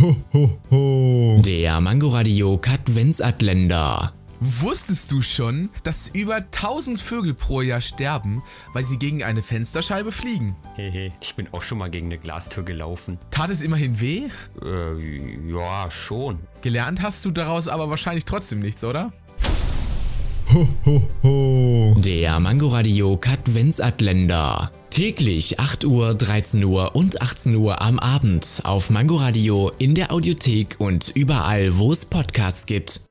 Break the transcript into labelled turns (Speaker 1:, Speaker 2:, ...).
Speaker 1: Ho, ho, ho.
Speaker 2: Der Mangoradio Katwensatländer.
Speaker 3: Wusstest du schon, dass über 1000 Vögel pro Jahr sterben, weil sie gegen eine Fensterscheibe fliegen?
Speaker 4: Hehe, ich bin auch schon mal gegen eine Glastür gelaufen.
Speaker 3: Tat es immerhin weh?
Speaker 4: Äh, ja, schon.
Speaker 3: Gelernt hast du daraus aber wahrscheinlich trotzdem nichts, oder?
Speaker 1: Ho, ho, ho.
Speaker 2: Der Mangoradio Katwensatländer. Täglich 8 Uhr, 13 Uhr und 18 Uhr am Abend auf Mangoradio in der Audiothek und überall, wo es Podcasts gibt.